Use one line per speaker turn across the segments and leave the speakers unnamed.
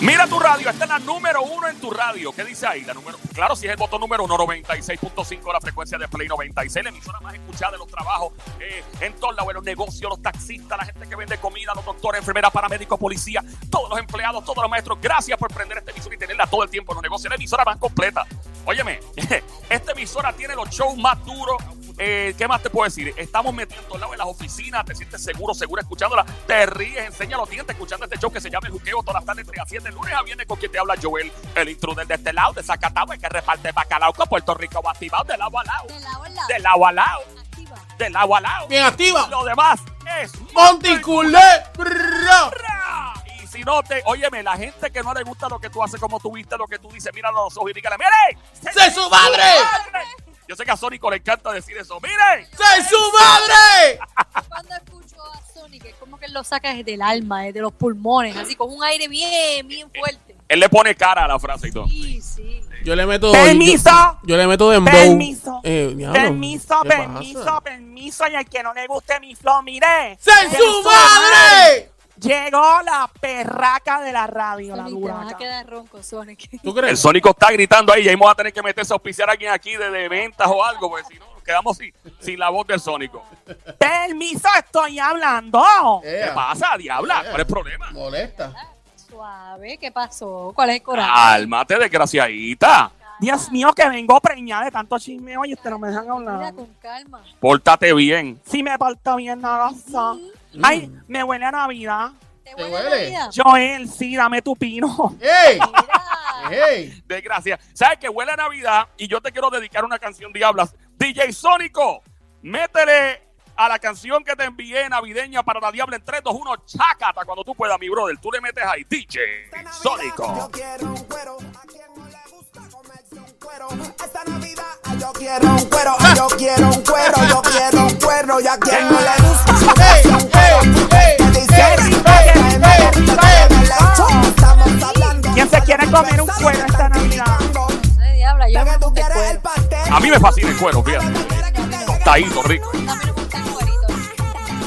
Mira tu radio, esta es la número uno en tu radio. ¿Qué dice ahí? La número, claro, si es el botón número uno, 96.5, la frecuencia de Play 96, la emisora más escuchada de los trabajos, eh, en todos lados, en los negocios, los taxistas, la gente que vende comida, los doctores, enfermeras, paramédicos, policías, todos los empleados, todos los maestros. Gracias por prender esta emisora y tenerla todo el tiempo en los negocios. La emisora más completa. Óyeme, esta emisora tiene los shows más duros. Eh, ¿Qué más te puedo decir? Estamos metiendo todos lados en las oficinas, te sientes seguro, seguro escuchándola, te ríes, enseña los dientes escuchando este show que se llama El Juqueo todas las tardes 3 a 7, el lunes a viernes con quien te habla Joel, el intruder de este lado, de Zacatau, el que reparte bacalao con Puerto Rico activado del lado a lado,
De la ola.
del lado a lado,
Activa.
del lado a lado.
Bien activa.
Lo demás es
Monticulé. brrra.
¡Ra! Y si no te, óyeme, la gente que no le gusta lo que tú haces, como tú viste, lo que tú dices, míralo a los ojos y dígale, ¡mire!
¡Se su madre!
Yo sé que a Sónico le encanta decir eso, ¡mire!
¡Soy su madre!
Cuando escucho a Sonic, es como que lo saca desde el alma, desde los pulmones, así con un aire bien, bien fuerte.
Él le pone cara a la frase y todo.
Sí, sí.
Yo le meto.
Permiso.
Yo, yo le meto dembow.
Permiso.
Eh, diablo,
Permiso,
¿qué
permiso,
pasa?
permiso. Y al que no le guste mi flow, mire.
¡Soy
¡De
su madre!
Llegó la perraca de la radio, la
Sonic, te vas a
duraca.
quedar ronco, Sonic.
¿Tú
El
crees?
Sónico está gritando ahí, ya vamos a tener que meterse a auspiciar a alguien aquí de, de ventas o algo, porque si no, nos quedamos sin, sin la voz del Sónico.
Permiso, estoy hablando.
¿Qué
Ea,
pasa, diabla?
Eh.
¿Cuál es el problema?
Molesta.
Suave, ¿qué pasó? ¿Cuál es el coraje?
Cálmate, desgraciadita.
Dios mío, que vengo preñada de tanto chisme. Oye, ustedes no me dejan
Mira,
hablar.
con calma.
Pórtate bien.
Si me porto bien, no lo sé.
Mm.
Ay, me huele a Navidad.
¿Te
¿Te
huele?
huele?
la vida?
Joel, sí, dame tu pino.
¡Ey!
Mira.
¡Ey!
Desgracia. ¿Sabes que huele a Navidad? Y yo te quiero dedicar una canción, diablas. DJ Sónico, métele a la canción que te envié navideña para la diabla en 3, 2, 1, chácata cuando tú puedas, mi brother. Tú le metes ahí, DJ Sónico.
Yo quiero un cuero. ¿A quien no le gusta comerse un cuero? Esta Navidad ay, yo quiero un cuero. ay, Yo quiero un cuero. Yo quiero un cuero. Y a quien no le gusta
¡Ey!
comerse un cuero.
¡Ey!
Que dice,
¡Ey!
"Tráeme
¡Ey!
gorrito,
¡Ey!
tráeme lecho". Estamos hablando.
¿Quién se quiere comer un cuero esta Navidad?
No sé, diabla, yo
Lo
no
que
me
tú
gusta el
quieres es el
cuero.
pastel.
A mí me fascina el cuero, fíjate. Tostadito, rico.
A mí no me gusta el cuerito.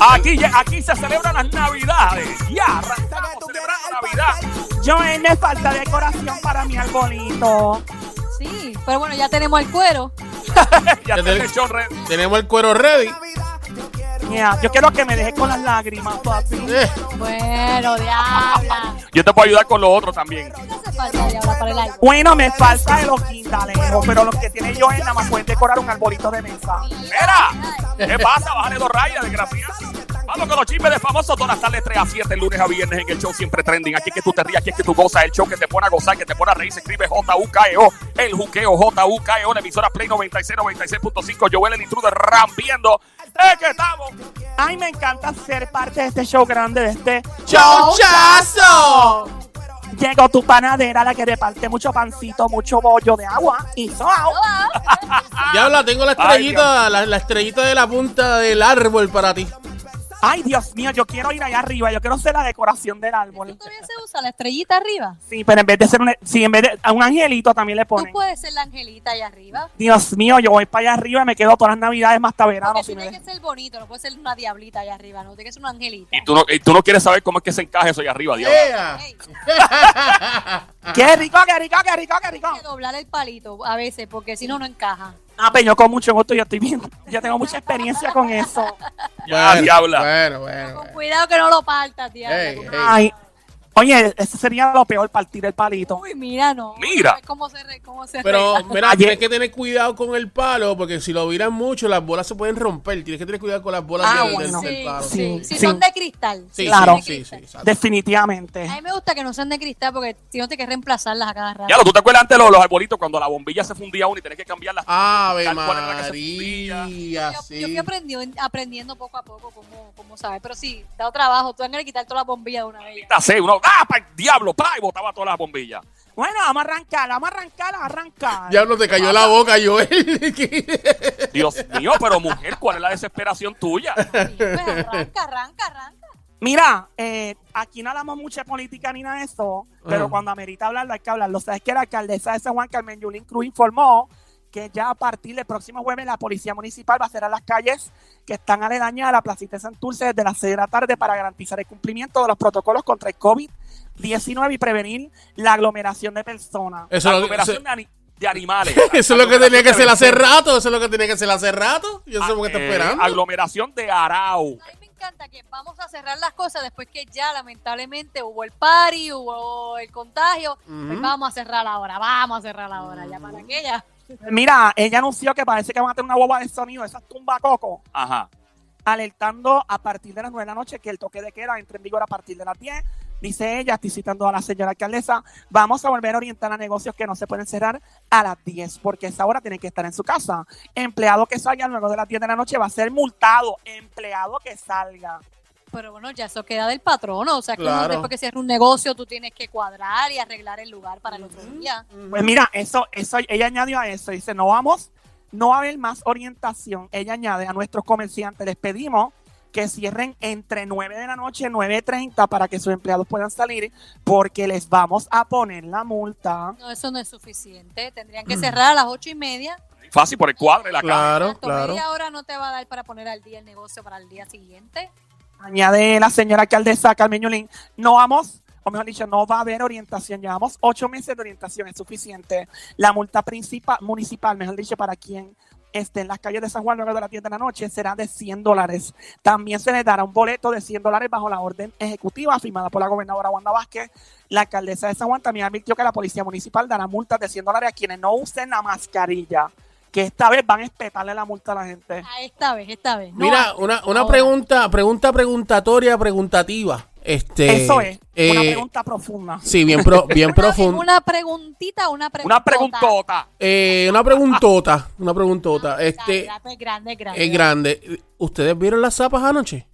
Aquí, ya- aquí se celebran las Navidades. Ya,
Lo
arrancamos
que tú quieres
celebrando
es el
Navidad.
pastel.
Joel, me falta decoración para mi arbolito.
Sí, pero bueno, ya tenemos el cuero.
Ya
Ya
te
te-
he hecho re-
Tenemos el cuero ready.
Navidad, yo quiero un
Yeah, yo
cuero.
quiero que me dejes con las lágrimas, papi.
Eh,
Bueno, diabla.
Yo te puedo ayudar con lo otro también.
No hace falta diabla para el aire.
Bueno, me falta de los quindalejos, pero los que tiene Joel nada más pueden decorar un arbolito de mesa.
¡Mira! ¿Qué pasa? Bájale dos rayas, desgraciado. Vamos con los chismes de famosos todas las tardes 3 a 7, lunes a viernes en el show siempre trending. Aquí es que tú te rías, aquí es que tú gozas, el show que te pone a gozar, que te pone a reír, se escribe J-U-K-E-O, E el juqueo J-U-K-E-O, E la emisora Play 96, 96.5, Joel el intruder rampiendo. ¡Es que estamos!
Ay, me encanta ser parte de este show grande, de este show.
¡Chochazo!
Llegó tu panadera, la que reparte mucho pancito, mucho bollo de agua y soao.
Diabla, tengo la
Ay,
estrellita, la, la estrellita de la punta del árbol para ti.
Ay, Dios mío, yo quiero ir allá arriba, yo quiero ser la decoración del árbol.
Todavía se usa la estrellita arriba.
Sí, pero en vez de ser un, sí, en vez de, a un angelito también le
Tú
ponen.
puedes ser la angelita allá arriva.
Dios mío, yo voy para allá arriba y me quedo todas las navidades más hasta verano.
Porque
Si me
tiene que
dejan.
ser bonito, no puede ser una diablita allá arriba, no tiene que ser una angelita.
Y tú no, y tú no quieres saber cómo es que se encaja eso ahí arriba, Dios.
¡Ea!
Ey,
Qué rico, qué rico, qué rico, qué rico.
hay que doblar el palito a veces, porque si no, no encaja.
Ah, pero yo con mucho gusto, yo estoy bien, yo tengo mucha experiencia con eso.
Ya, diabla.
Bueno,
Con
bueno. bueno.
cuidado que no lo partas, diabla.
Eh. Ey,
con-
ey.
Ay, oye, eso sería lo peor, partir el palito.
Uy, mira, no.
Mira.
¿Cómo se, re- cómo se
Pero,
arregla?
mira,
Ayer-
tienes que tener cuidado con el palo, porque si lo viran mucho, las bolas se pueden romper. Tienes que tener cuidado con las bolas
Ah,
del, del-
bueno.
del
sí,
palo.
sí,
sí,
Si
sí.
son de cristal.
sí,
Claro.
sí, sí, exacto.
Definitivamente.
A mí me gusta que no sean de cristal porque si no, tienes que reemplazarlas a cada rato.
Ya lo, ¿tú te acuerdas antes de los, los arbolitos cuando la bombilla se fundía uno y tenés que cambiarla?
Ave
Tal cual es la que se fundía.
María,
Yo, yo fui
sí.
aprendiendo, aprendiendo poco a poco cómo, cómo saber. Pero sí, da trabajo. Tú van a quitar todas las bombillas de una vez.
Maldita sea, uno, ¡ah, para diablo! ¡Pra! Y botaba todas las bombillas.
Bueno, vamos a arrancar, vamos a arrancar, vamos a arrancar.
Diablo, te cayó la boca, Joel.
Dios mío, pero mujer, ¿cuál es la desesperación tuya?
Sí, pues, arranca, arranca, arranca.
Mira, eh, aquí no hablamos mucho de política ni nada de eso, pero
Ajá.
cuando amerita hablarlo hay que hablarlo. Sabes que la alcaldesa de San Juan, Carmen Yulín Cruz, informó que ya a partir del próximo jueves la policía municipal va a cerrar las calles que están aledañas a la placita de Santurce desde las 6 de la tarde para garantizar el cumplimiento de los protocolos contra el COVID-19 y prevenir la aglomeración de personas.
Eso
la
lo-
aglomeración
eso-
de, ani- de animales.
Eso es lo que tenía que hacer hace
cerrar
rato. Eso es lo que tenía que hacer hace rato. Yo no sé por qué está
Eh,
esperando.
aglomeración de Arau.
A mí me encanta que vamos a cerrar las cosas después que ya lamentablemente hubo el party, hubo el contagio. Pues
Ujú.
vamos a cerrar ahora, vamos a cerrar ahora. Ya para que ya.
Mira, ella anunció que parece que van a tener una boba de sonido, esas tumba coco,
Ajá.
alertando a partir de las 9 de la noche que el toque de queda entre en vigor a partir de las 10. Dice ella, estoy citando a la señora alcaldesa, vamos a volver a orientar a negocios que no se pueden cerrar a las 10, porque a esa hora tienen que estar en su casa. Empleado que salga luego de las 10 de la noche va a ser multado. Empleado que salga.
Pero bueno, ya eso queda del patrono. O sea, que uno
Claro.
después que cierra un negocio, tú tienes que cuadrar y arreglar el lugar para el otro día.
Pues mira, eso, eso, ella añadió a eso, dice, no vamos, no va a haber más orientación. Ella añade a nuestros comerciantes, les pedimos que cierren entre 9 de la noche y 9.30 para que sus empleados puedan salir, porque les vamos a poner la multa.
No, eso no es suficiente. Tendrían que cerrar a las ocho y media.
Fácil por el cuadro y la cara.
Mm. Claro,
Tanto
claro.
Media hora no te va a dar para poner al día el negocio para el día siguiente.
Añade la señora alcaldesa Carmen Yulín, no vamos, o mejor dicho, no va a haber orientación, llevamos ocho meses de orientación, es suficiente. La multa principal, municipal, mejor dicho, para quien esté en las calles de San Juan luego de las 10 de la noche será de 100 dólares. También se le dará un boleto de 100 dólares bajo la orden ejecutiva firmada por la gobernadora Wanda Vázquez. La alcaldesa de San Juan también advirtió que la policía municipal dará multas de 100 dólares a quienes no usen la mascarilla, que esta vez van a espetarle la multa a la gente.
Ah, esta vez, esta vez. No
Mira,
antes,
una, una
ahora.
pregunta, pregunta preguntatoria, preguntativa. Este,
Eso es una
eh,
pregunta profunda.
Sí, bien, pro- bien
Una-
profunda.
Una preguntita, una preguntota.
Una preguntota.
Eh, una preguntota, una preguntota.
Ah,
Este,
Grande, grande, grande.
es grande. ¿Ustedes vieron las zapas anoche?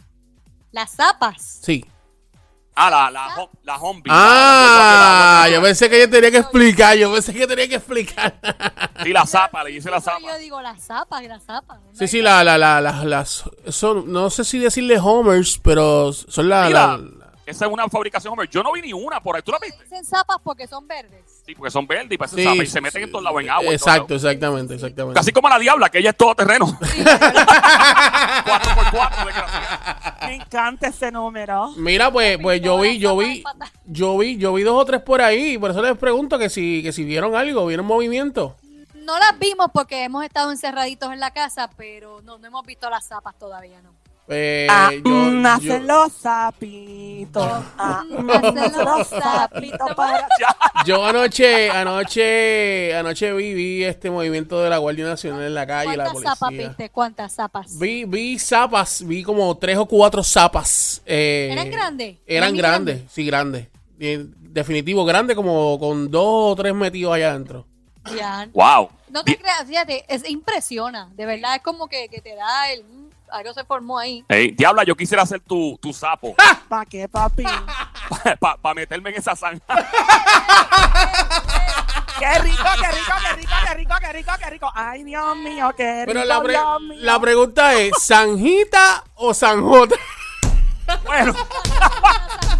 Las zapas.
Sí.
Ah, la, la, hom- la zombie.
Ah,
La- la-
yo pensé que yo tenía que explicar, yo pensé que tenía que explicar.
Sí, la zapa, le dice la
Siempre
zapa.
Yo digo las zapas, las zapas.
Sí, sí, la, la, la, las, las, son, no sé si decirle homers, pero son la,
Mira,
la- la-
esa es una fabricación, hombre. Yo no vi ni una por ahí. ¿Tú la viste?
Dicen zapas porque son verdes.
Sí, porque son verdes y pues,
sí,
zapa, y se meten
sí,
en todos lados en agua. en todos
Exacto,
lados.
exactamente, exactamente.
Casi como la diabla, que ella es todo terreno.
Sí, pero-
4x4, desgraciada.
Me encanta ese número.
Mira, pues, pues yo vi, yo vi,
Pata, pata.
yo vi, yo vi dos o tres por ahí, y por eso les pregunto que si, que si vieron algo, vieron movimiento.
no las vimos porque hemos estado encerraditos en la casa, pero no, no hemos visto las zapas todavía, ¿no?
Eh,
Ah,
yo-
mm,
yo-
Nacen los sapitos. Ah, mm, Nacen los sapitos para.
Yo anoche, anoche, anoche vi, vi este movimiento de la Guardia Nacional en la calle, la
¿Cuántas zapas
policía.
viste? ¿Cuántas zapas?
Vi, vi zapas, vi como tres o cuatro zapas. eh,
¿Eran grandes?
Eran
¿Eran
grandes,
grandes?
sí, grandes. Eh, Definitivo, grandes como con dos o tres metidos allá adentro.
Jan.
Wow.
No te creas, fíjate, es impresiona, de verdad, es como que, que te da el... mm, Algo se formó ahí.
Ey, diabla, yo quisiera ser tu, tu sapo
¿Para qué, papi?
para meterme en esa zanja.
¡Qué rico, qué rico, qué rico, qué rico, qué rico, qué rico! ¡Ay, Dios mío, qué rico!
Pero la, pre-
Dios mío.
la pregunta es, ¿Sanjita o Sanjota?
Bueno,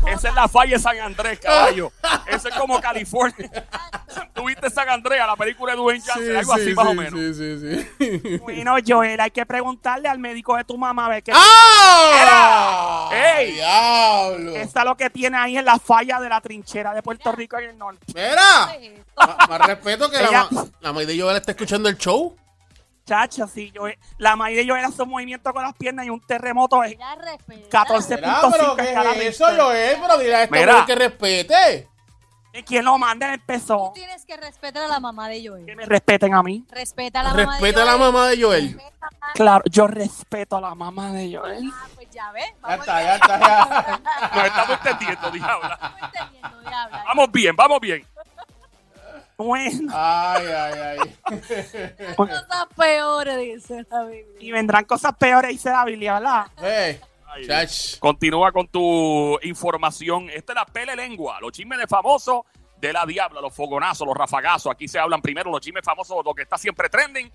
esa es la falla de San Andrés, caballo. Eso es como California. Tuviste San Andrés, la película de Dwayne Johnson, algo así más o menos.
sí, sí, sí.
Bueno, Joel, hay que preguntarle al médico de tu mamá a ver qué
¡Ah!
¡Ey!
¡Diablo!
qué está lo que tiene ahí en la falla de la trinchera de Puerto Rico en el norte.
¡Mira!
¿Qué es esto?
Ma- Más respeto que la,
Ella-
ma- la madre de Joel está escuchando el show.
Chacho, sí, Joel. La mayoría de Joel hace un movimiento con las piernas y un terremoto es
Ya respeta.
14 puntos
Joel? Pero dile a esta
Mira.
mujer respete.
¿Quién lo manda en el
Tú
peso?
tienes que respetar a la mamá de
Que
Joel.
me respeten a mí.
Respeta a la mamá
Respeta a la
de Joel.
mamá de Joel.
Respeta-
Claro, yo respeto a la mamá de Joel.
Ah, pues ya ves.
Ya
Vamos
está, ya está, ya.
Nos estamos entendiendo, diabla.
estamos entendiendo, diabla.
Vamos bien, vamos bien.
Bueno,
Ay, ay, ay.
Cosas peores, dice la Biblia.
y vendrán cosas peores, dice la Biblia, ¿verdad?
Hey,
Ay,
chach.
Continúa con tu información. Esta es la pele lengua, los chismes de famosos de la diabla, los fogonazos, los rafagazos. Aquí se hablan primero los chismes famosos, lo que está siempre trending.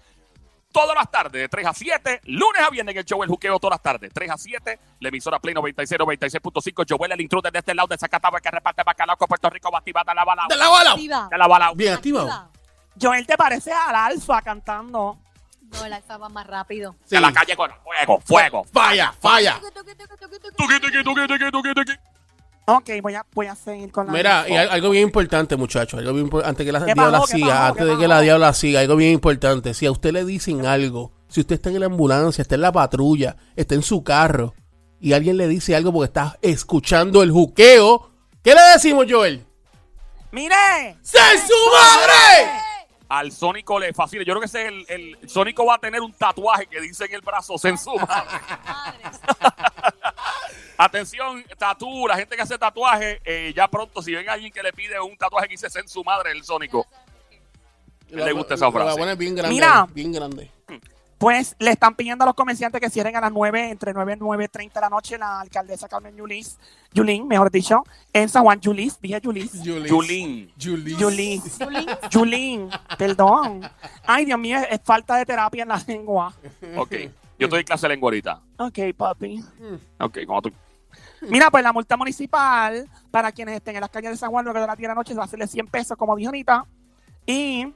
Todas las tardes, de 3 a 7, lunes a viernes en el show El Juqueo, todas las tardes, 3 a 7, la emisora Play 96, 96.5, Joel, el intruder de este lado de Zacatau, el que reparte bacalao con Puerto Rico, batibata, la bala,
De la bala.
Activa.
de la bala.
Bien activado.
Joel te parece al alfa cantando.
No, el alfa va más rápido.
Sí.
A la calle con fuego, fuego.
Falla,
Ah,
falla.
Tuqui, tuqui, tuqui, tuqui, tuqui.
Tuqui, tuqui, tuqui, tuqui, tuqui, tuqui.
Ok, voy a, voy a seguir con la.
Mira, y al- algo bien importante, muchachos. Algo bien impor- antes que la
¿Qué
diabla
pasó? ¿Qué
siga,
pasó?
antes
¿Qué
de que la
pasó?
diabla siga, algo bien importante. Si a usted le dicen algo, si usted está en la ambulancia, está en la patrulla, está en su carro y alguien le dice algo porque está escuchando el juqueo, ¿qué le decimos, Joel?
Mire,
¡Se su madre!
Al Sónico le fascina. Yo creo que ese es el, el Sónico va a tener un tatuaje que dice en el brazo, se ensuma.
Madre.
Atención, tatú, la gente que hace tatuaje, eh, ya pronto, si ven alguien que le pide un tatuaje que dice sen su madre, el Sónico. le gusta esa
La
frase.
buena es bien grande.
Mira.
Bien grande.
pues le están pidiendo a los comerciantes que cierren a las 9, entre 9 y 9.30 de la noche, la alcaldesa Carmen Yulis, Yulín, mejor dicho, en San Juan Yulis, dije Yulis.
Julis.
Yulín.
Julis.
Yulín. Yulín, perdón. Ay, Dios mío, es falta de terapia en la lengua.
Ok. Yo estoy en clase de lengua ahorita.
Ok, papi.
Ok, como tú.
Mira, pues la multa municipal para quienes estén en las calles de San Juan luego de las 10 de la noche va a hacerle 100 pesos, como dijo Anita. Y,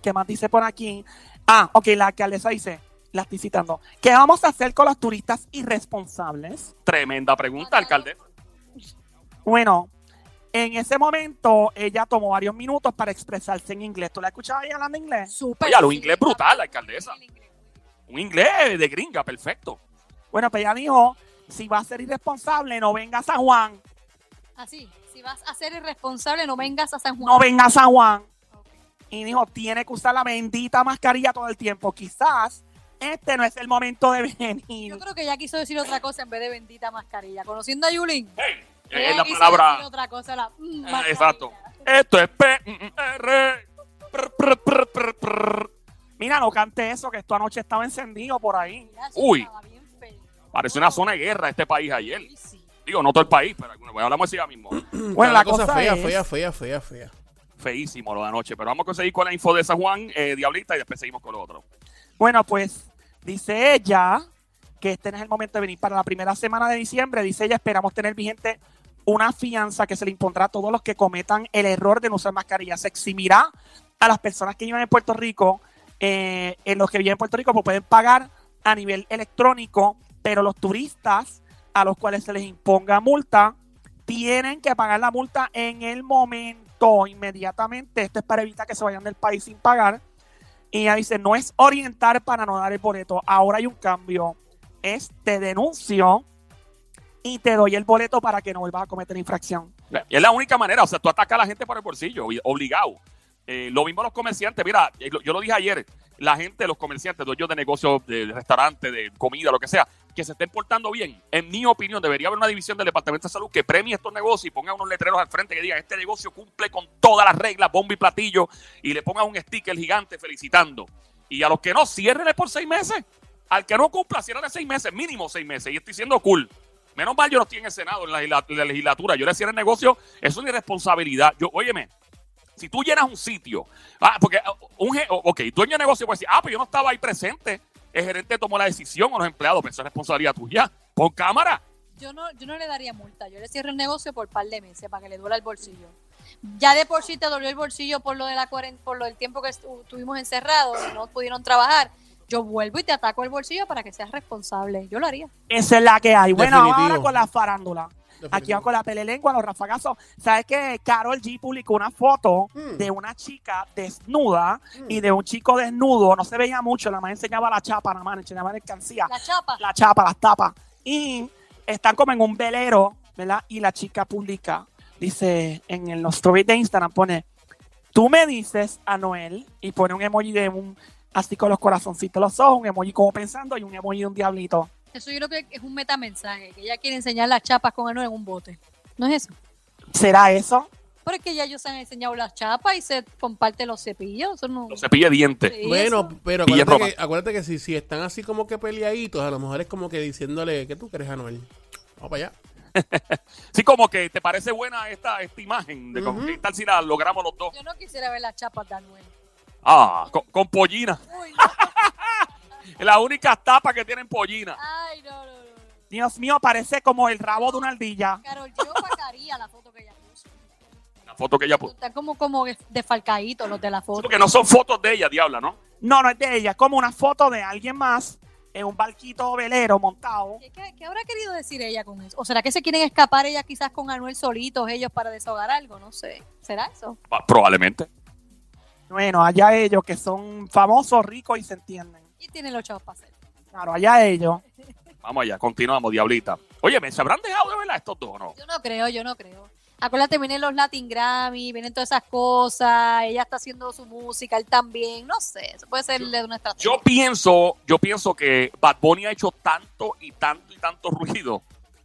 ¿qué más dice por aquí? Ah, ok, la alcaldesa dice, la estoy citando. ¿Qué vamos a hacer con los turistas irresponsables?
Tremenda pregunta, alcalde.
Bueno, en ese momento ella tomó varios minutos para expresarse en inglés. ¿Tú la escuchabas ahí hablando inglés?
Súper.
Oye, lo
sí,
inglés brutal, la
está bien,
alcaldesa.
el inglés.
Un inglés de gringa, perfecto.
Bueno, pues ella dijo, si va a ser irresponsable, no venga a San Juan.
Así, Ah, si vas a ser irresponsable, no vengas a San Juan.
No venga a San Juan.
Ok.
y dijo, tiene que usar la bendita mascarilla todo el tiempo. Quizás este no es el momento de venir.
Yo creo que ella quiso decir otra cosa en vez de bendita mascarilla. Conociendo a Yulín,
Hey,
ella
Eh, es la
quiso decir
palabra.
otra cosa, la, mm,
Eh,
mascarilla.
Exacto. Esto es PR. Prr, prr, prr, prr, prr.
Mira, no cante eso, que esto anoche estaba encendido por ahí.
Mira, eso
Uy.
estaba bien feo.
Parece una zona de guerra este país ayer.
Sí, sí.
Digo, no todo el país, pero alguna- bueno, hablamos así ya mismo.
Bueno, la cosa,
Mm, fea,
es-
fea, fea, fea, fea.
Feísimo lo de anoche, pero vamos a conseguir con la info de San Juan, eh, Diablita, y después seguimos con lo otro.
Bueno, pues dice ella que este no es el momento de venir. Para la primera semana de diciembre, dice ella, esperamos tener vigente una fianza que se le impondrá a todos los que cometan el error de no usar mascarilla. Se eximirá a las personas que viven en Puerto Rico, eh, en los que viven en Puerto Rico, pues pueden pagar a nivel electrónico, pero los turistas a los cuales se les imponga multa tienen que pagar la multa en el momento, inmediatamente. Esto es para evitar que se vayan del país sin pagar. Y ella dice, no es orientar para no dar el boleto. Ahora hay un cambio. Es te denuncio y te doy el boleto para que no vuelvas a cometer infracción.
Y es la única manera, o sea, tú atacas a la gente por el bolsillo, ob- obligado. Eh, lo mismo los comerciantes, mira, eh, lo- yo lo dije ayer, la gente, los comerciantes, dueños de negocios, de restaurantes, de comida, lo que sea, que se estén portando bien, en mi opinión, debería haber una división del Departamento de Salud que premie estos negocios y ponga unos letreros al frente que digan, este negocio cumple con todas las reglas, bomba y platillo, y le ponga un sticker gigante felicitando. Y a los que no, ciérrenle por seis meses. Al que no cumpla, ciérrenle seis meses, mínimo seis meses. Y estoy siendo cool. Menos mal yo no estoy en el Senado, en la, legisla- en la legislatura. Yo le cierro el negocio, es una irresponsabilidad. Yo, óyeme, si tú llenas un sitio, ah, porque ah, un ge- o- ok, dueño de negocio puede decir, ah, pues yo no estaba ahí presente, el gerente tomó la decisión o los empleados, pero eso es responsabilidad tuya. Pon cámara.
Yo no, yo no le daría multa, yo le cierro el negocio por par de meses para que le duela el bolsillo. Ya de por sí te dolió el bolsillo por lo de la cuaren- por lo del tiempo que estu- estuvimos encerrados, y no pudieron trabajar. Yo vuelvo y te ataco el bolsillo para que seas responsable. Yo lo haría.
Esa es la que hay. Bueno,
Definitivo.
ahora con la farándula. Aquí vamos con la pelelengua, los rafagazos. ¿Sabes que Carol G publicó una foto
Mm.
de una chica desnuda
Mm.
y de un chico desnudo? No se veía mucho, la más enseñaba la chapa, nada más enseñaba la alcancía.
La chapa.
la chapa, las tapas. Y están como en un velero, ¿verdad? Y la chica publica, dice en el- los stories de Instagram, pone, tú me dices, Anuel, y pone un emoji de un, así con los corazoncitos en los ojos, un emoji como pensando y un emoji de un diablito.
Eso yo creo que es un metamensaje, que ella quiere enseñar las chapas con Anuel en un bote. ¿No es eso?
¿Será eso?
Porque ya ellos se han enseñado las chapas y se comparten los cepillos. Eso no,
Los cepillos de dientes.
Sí,
Bueno,
eso.
pero
Pilla
acuérdate que, acuérdate que si, si están así como que peleaditos, a lo mejor es como que diciéndole que tú crees, Anuel. Vamos para allá.
Sí, como que te parece buena esta, esta imagen de cómo-
Ujú.
qué tal si la logramos los dos.
Yo no quisiera ver las chapas de Anuel.
Ah, con, con pollina.
Uy, no.
Las únicas tapas que tienen pollina.
Ay, no, no, no, no.
Dios mío, parece como el rabo de una ardilla.
Carol, yo pagaría la foto que ella puso.
La foto que ella puso.
Están como, como desfalcaditos los de la foto.
Porque no son fotos de ella, diabla, ¿no?
No, no es de ella, es como una foto de alguien más en un barquito velero montado.
¿Qué, qué, qué habrá querido decir ella con eso? ¿O será que se quieren escapar ella quizás con Anuel solitos ellos para desahogar algo? No sé. ¿Será eso?
Pa- Probablemente.
Bueno, allá ellos que son famosos, ricos y se entienden.
Y tienen los chavos para hacer.
Claro, allá ellos.
Vamos allá, continuamos, diablita. Oye, ¿me se habrán dejado de verdad estos dos o no?
Yo no creo, yo no creo. Acuérdate, vienen los Latin Grammy, vienen todas esas cosas, ella está haciendo su música, él también, no sé, eso puede ser de una estrategia.
Yo pienso, yo pienso que Bad Bunny ha hecho tanto y tanto y tanto ruido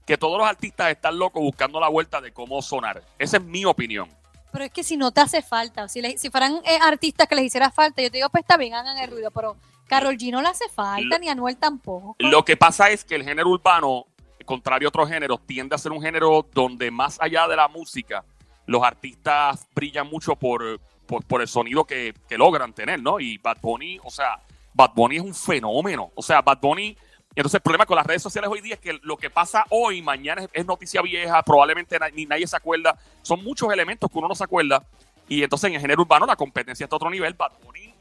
que todos los artistas están locos buscando la vuelta de cómo sonar. Esa es mi opinión.
Pero es que si no te hace falta, si, le- si fueran eh, artistas que les hiciera falta, yo te digo, pues está bien, hagan el ruido, pero Carol G no le hace falta,
Lo-
ni Anuel tampoco.
Lo que pasa es que el género urbano, contrario a otros géneros, tiende a ser un género donde más allá de la música, los artistas brillan mucho por, por, por el sonido que, que logran tener, ¿no? Y Bad Bunny, o sea, Bad Bunny es un fenómeno. O sea, Bad Bunny... Entonces el problema con las redes sociales hoy día es que lo que pasa hoy, mañana es, es noticia vieja, probablemente na- ni nadie se acuerda. Son muchos elementos que uno no se acuerda. Y entonces en el género urbano la competencia está a otro nivel. Bad Bunny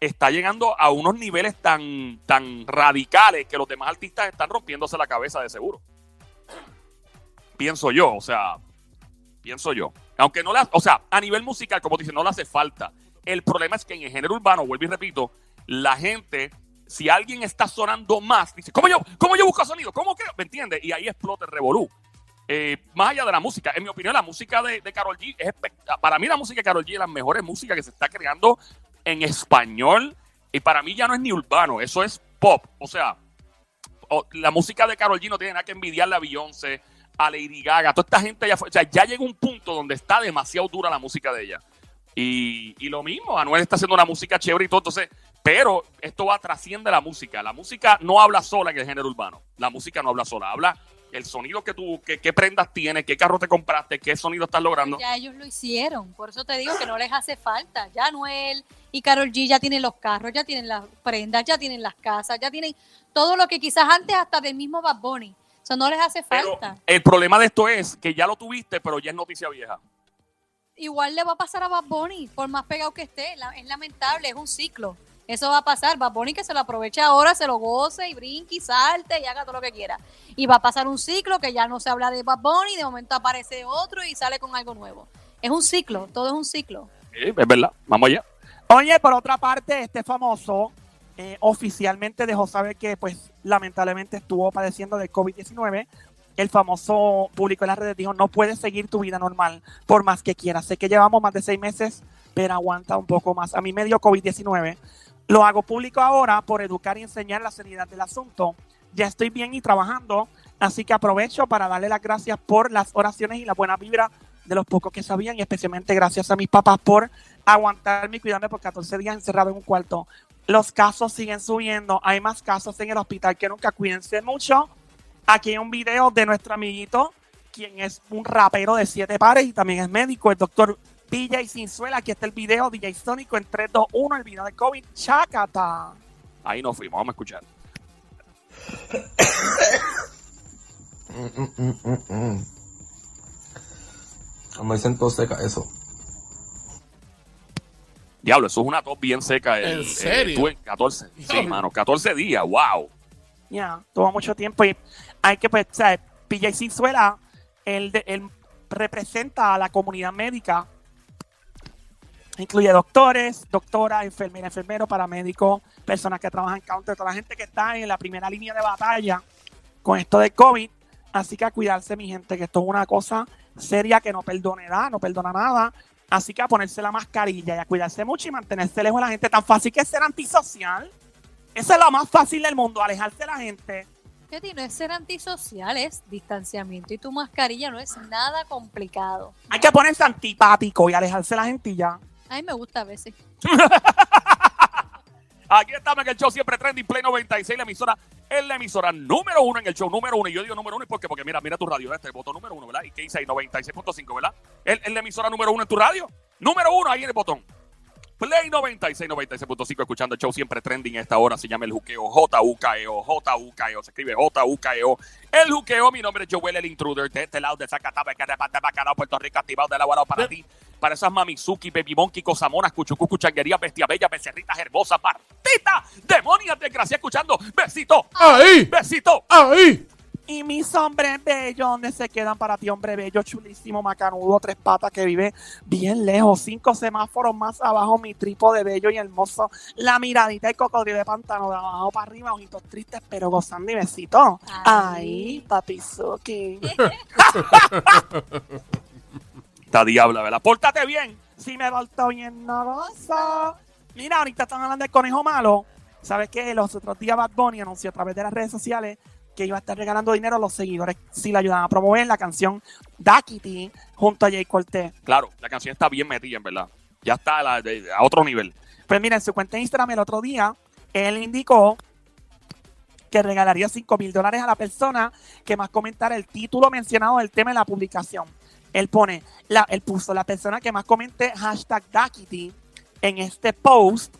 está llegando a unos niveles tan, tan radicales que los demás artistas están rompiéndose la cabeza de seguro. Pienso yo, o sea, pienso yo. Aunque no las, o sea, a nivel musical, como dice, no le hace falta. El problema es que en el género urbano, vuelvo y repito, la gente, si alguien está sonando más, dice, ¿cómo yo, cómo yo busco sonido? ¿Cómo creo? ¿Me entiendes? Y ahí explota el revolú. Eh, más allá de la música, en mi opinión, la música de, de Karol G es espect- Para mí, la música de Karol G es la mejor música que se está creando en español. Y para mí ya no es ni urbano, eso es pop. O sea, o- la música de Karol G no tiene nada que envidiarle a Beyoncé, a Lady Gaga, toda esta gente allá afuera. O sea, ya llega un punto donde está demasiado dura la música de ella. Y, y lo mismo, Anuel está haciendo una música chévere y todo, entonces, pero esto va trasciende la música. La música no habla sola en el género urbano. La música no habla sola, habla el sonido que tú, que- qué prendas tienes, qué carro te compraste, qué sonido estás logrando.
Ya ellos lo hicieron, por eso te digo que no les hace falta. Ya Anuel y Carol G ya tienen los carros, ya tienen las prendas, ya tienen las casas, ya tienen todo lo que quizás antes hasta del mismo Bad Bunny. Eso no les hace
Pero
falta.
el problema de esto es que ya lo tuviste, pero ya es noticia vieja.
Igual le va a pasar a Bad Bunny, por más pegado que esté. La- es lamentable, es un ciclo. Eso va a pasar. Bad Bunny que se lo aproveche ahora, se lo goce y brinque y salte y haga todo lo que quiera. Y va a pasar un ciclo que ya no se habla de Bad Bunny, de momento aparece otro y sale con algo nuevo. Es un ciclo, todo es un ciclo.
Sí, es verdad, vamos allá.
Oye, por otra parte, este famoso eh, oficialmente dejó saber que, pues, lamentablemente estuvo padeciendo de COVID-19. El famoso público en las redes dijo, no puedes seguir tu vida normal por más que quieras. Sé que llevamos más de seis meses, pero aguanta un poco más. A mí me dio COVID-19. Lo hago público ahora por educar y enseñar la seriedad del asunto. Ya estoy bien y trabajando, así que aprovecho para darle las gracias por las oraciones y la buena vibra de los pocos que sabían y especialmente gracias a mis papás por aguantarme y cuidarme por 14 días encerrado en un cuarto. Los casos siguen subiendo. Hay más casos en el hospital que nunca. Cuídense mucho. Aquí hay un video de nuestro amiguito, quien es un rapero de siete pares y también es médico, el doctor DJ Sinzuela. Aquí está el video, DJ Sónico en 3, 2, 1, el video de COVID. Chacata.
Ahí nos fuimos, vamos a escuchar.
Me dicen todo seca eso.
Diablo, eso es una tos bien seca. el-
¿En
el-
serio?
tú en 14. Sí,
Diablo.
mano, 14 días, wow.
Ya, tuvo mucho tiempo y hay que pues, ¿sabes? PJ Sinzuela, él, de- él representa a la comunidad médica. Incluye doctores, doctoras, enfermeras, enfermeros, paramédicos, personas que trabajan counter, toda la gente que está en la primera línea de batalla con esto del COVID. Así que a cuidarse, mi gente, que esto es una cosa seria que no perdonará, no perdona nada. Así que a ponerse la mascarilla y a cuidarse mucho y mantenerse lejos de la gente. Tan fácil que es ser antisocial. Esa es la más fácil del mundo, alejarse de la gente.
Fíjate, no es ser antisocial, es distanciamiento y tu mascarilla no es nada complicado.
Hay que ponerse antipático y alejarse de la gente y ya.
A mí me gusta a veces.
Aquí estamos en el show siempre trending, Play 96, la emisora es la emisora número uno en el show, número uno. Y yo digo número uno, ¿y ¿por qué? Porque mira, mira tu radio, este el botón número uno, ¿verdad? Y qué dice ahí, 96.5, ¿verdad? ¿Es, es la emisora número uno en tu radio. Número uno, ahí en el botón. Play 96, 96.5, escuchando el show siempre trending a esta hora. Se llama el juqueo J-U-K-E-O, J-U-K-E-O, E se escribe J-U-K-E-O. E El juqueo, mi nombre es Joel el Intruder, de este lado de Zacatapa, que reparte bacalao, Puerto Rico, activado del agua para ti. para esas mamizuki, baby monkey, cosamonas, cuchucucu, changuerías, bestia bella, becerritas hermosas, partitas, demonias, desgracia, escuchando. Besito,
¡Ahí!
besito.
¡Ahí!
Y mis hombres bellos, ¿dónde se quedan para ti, hombre bello, chulísimo, macanudo, tres patas que vive bien lejos, cinco semáforos más abajo, mi tripo de bello y hermoso, la miradita y cocodrilo de pantano, de abajo para arriba, ojitos tristes, pero gozando y besito.
Ay.
Ay, papi Suki.
Esta diabla, ¿verdad? Pórtate bien.
Si me volto bien nervioso. Mira, ahorita están hablando del conejo malo. ¿Sabes qué? Los otros días Bad Bunny anunció a través de las redes sociales que iba a estar regalando dinero a los seguidores si le ayudaban a promover la canción Daquiti junto a Jay Cortez.
Claro, la canción está bien metida, en verdad. Ya está a, la- de- a otro nivel.
Pues mira, en su cuenta de Instagram el otro día, él indicó que regalaría 5 mil dólares a la persona que más comentara el título mencionado del tema en la publicación. Él pone, la, él puso la persona que más comente hashtag Daquiti en este post.